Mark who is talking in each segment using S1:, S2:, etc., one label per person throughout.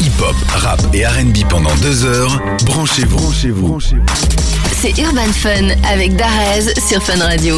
S1: Hip-hop, rap et RB pendant deux heures. Branchez-vous. Branchez-vous.
S2: C'est Urban Fun avec Darez sur Fun Radio.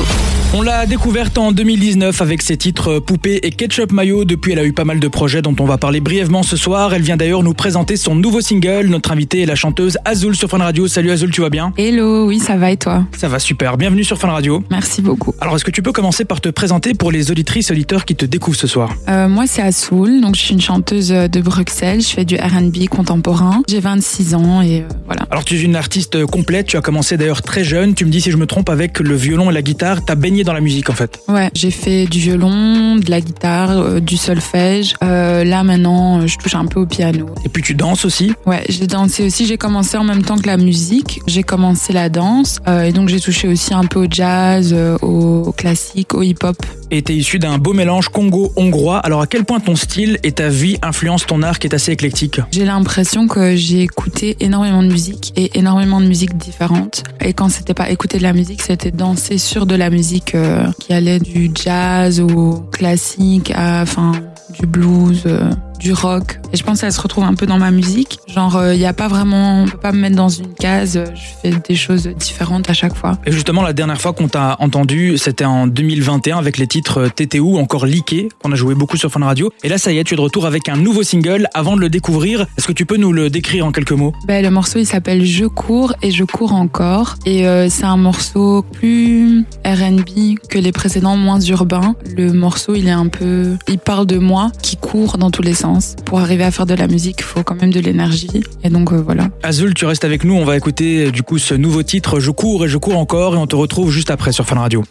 S3: On l'a découverte en 2019 avec ses titres euh, Poupée et Ketchup Mayo. Depuis, elle a eu pas mal de projets dont on va parler brièvement ce soir. Elle vient d'ailleurs nous présenter son nouveau single. Notre invitée est la chanteuse Azul sur Fun Radio. Salut Azul, tu vas bien
S4: Hello, oui, ça va et toi
S3: Ça va super. Bienvenue sur Fun Radio.
S4: Merci beaucoup.
S3: Alors, est-ce que tu peux commencer par te présenter pour les auditrices auditeurs qui te découvrent ce soir
S4: Euh, moi, c'est Assoul, donc je suis une chanteuse euh, de Bruxelles. Je fais du RB contemporain. J'ai 26 ans et euh, voilà.
S3: Alors, tu es une artiste euh, complète. Tu as commencé d'ailleurs très jeune. Tu me dis si je me trompe avec le violon et la guitare. T'as baigné dans la musique en fait.
S4: Ouais, j'ai fait du violon, de la guitare, euh, du solfège. Euh, là, maintenant, euh, je touche un peu au piano.
S3: Et puis tu danses aussi.
S4: Ouais, j'ai dansé aussi. J'ai commencé en même temps que la musique. J'ai commencé la danse. euh, et donc, j'ai touché aussi un peu au jazz, euh, au classique, au hip-hop.
S3: Et t'es issu d'un beau mélange congo-hongrois. Alors, à quel point ton style et ta vie influencent ton art qui est assez éclectique
S4: J'ai l'impression que j'ai écouté énormément de musique et énormément de musique différente. Et quand c'était pas écouter de la musique, c'était danser sur de la musique euh, qui allait du jazz au classique, à, enfin du blues, euh, du rock. Et je pense qu'elle se retrouve un peu dans ma musique. Genre, il y a pas vraiment, on peut pas me mettre dans une case. euh, Je fais des choses différentes à chaque fois.
S3: Et justement, la dernière fois qu'on t'a entendu, c'était en 2021 avec les titres TTU, ou encore Liqué, qu'on a joué beaucoup sur Fun Radio. Et là, ça y est, tu es de retour avec un nouveau single. Avant de le découvrir, est-ce que tu peux nous le décrire en quelques mots
S4: Ben, le morceau il s'appelle Je cours et je cours encore et euh, c'est un morceau plus R&B que les précédents, moins urbain. Le morceau il est un peu, il parle de moi qui court dans tous les sens. Pour arriver à faire de la musique, il faut quand même de l'énergie et donc euh, voilà.
S3: Azul, tu restes avec nous. On va écouter euh, du coup ce nouveau titre, Je cours et je cours encore. Et on te retrouve juste après sur Fun Radio.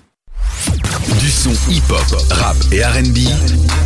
S1: Du son hip-hop, rap et RB,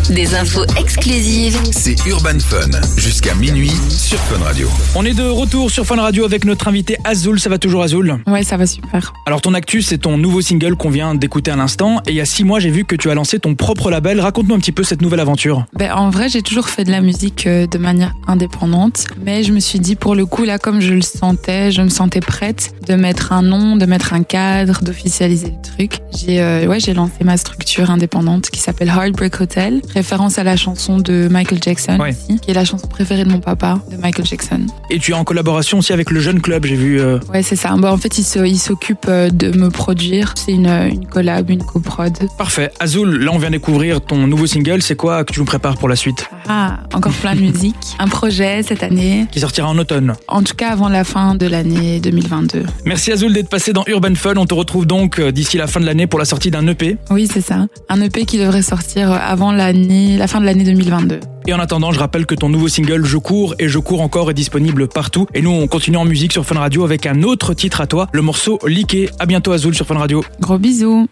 S2: Des infos exclusives
S1: c'est Urban Fun. Jusqu'à minuit sur Fun Radio.
S3: On est de retour sur Fun Radio avec notre invité Azul. Ça va toujours Azul
S4: Ouais, ça va super.
S3: Alors ton actu, c'est ton nouveau single qu'on vient d'écouter à l'instant. Et il y a six mois, j'ai vu que tu as lancé ton propre label. Raconte-nous un petit peu cette nouvelle aventure.
S4: Ben, en vrai, j'ai toujours fait de la musique euh, de manière indépendante, mais je me suis dit pour le coup là, comme je le sentais, je me sentais prête de mettre un nom, de mettre un cadre, d'officialiser le truc. J'ai euh, ouais, j'ai lancé ma structure indépendante qui s'appelle Heartbreak Hotel, référence à la chanson de Michael Jackson,
S3: Ouais.
S4: aussi, qui est la chanson préférée de mon papa, de Michael Jackson.
S3: Et tu es en collaboration aussi avec le Jeune Club, j'ai vu. euh,
S4: Ouais, c'est ça. Bon, en fait, il se- il s'occupe euh, de me produire. C'est une, euh, une collab, une coprod.
S3: Parfait. Azul, là on vient découvrir ton nouveau single. C'est quoi que tu nous prépares pour la suite
S4: Ah, encore plein de musique. Un projet cette année.
S3: Qui sortira en automne.
S4: En tout cas, avant la fin de l'année 2022.
S3: Merci Azul d'être passé dans Urban Fun. On te retrouve donc euh, d'ici la fin de l'année pour la sortie d'un E EP.
S4: Oui, c'est ça. Un EP qui devrait sortir avant l'année, la fin de l'année 2022.
S3: Et en attendant, je rappelle que ton nouveau single Je cours et je cours encore est disponible partout. Et nous on continue en musique sur Fun Radio avec un autre titre à toi, le morceau Liqué. À bientôt Azul sur Fun Radio.
S4: Gros bisous.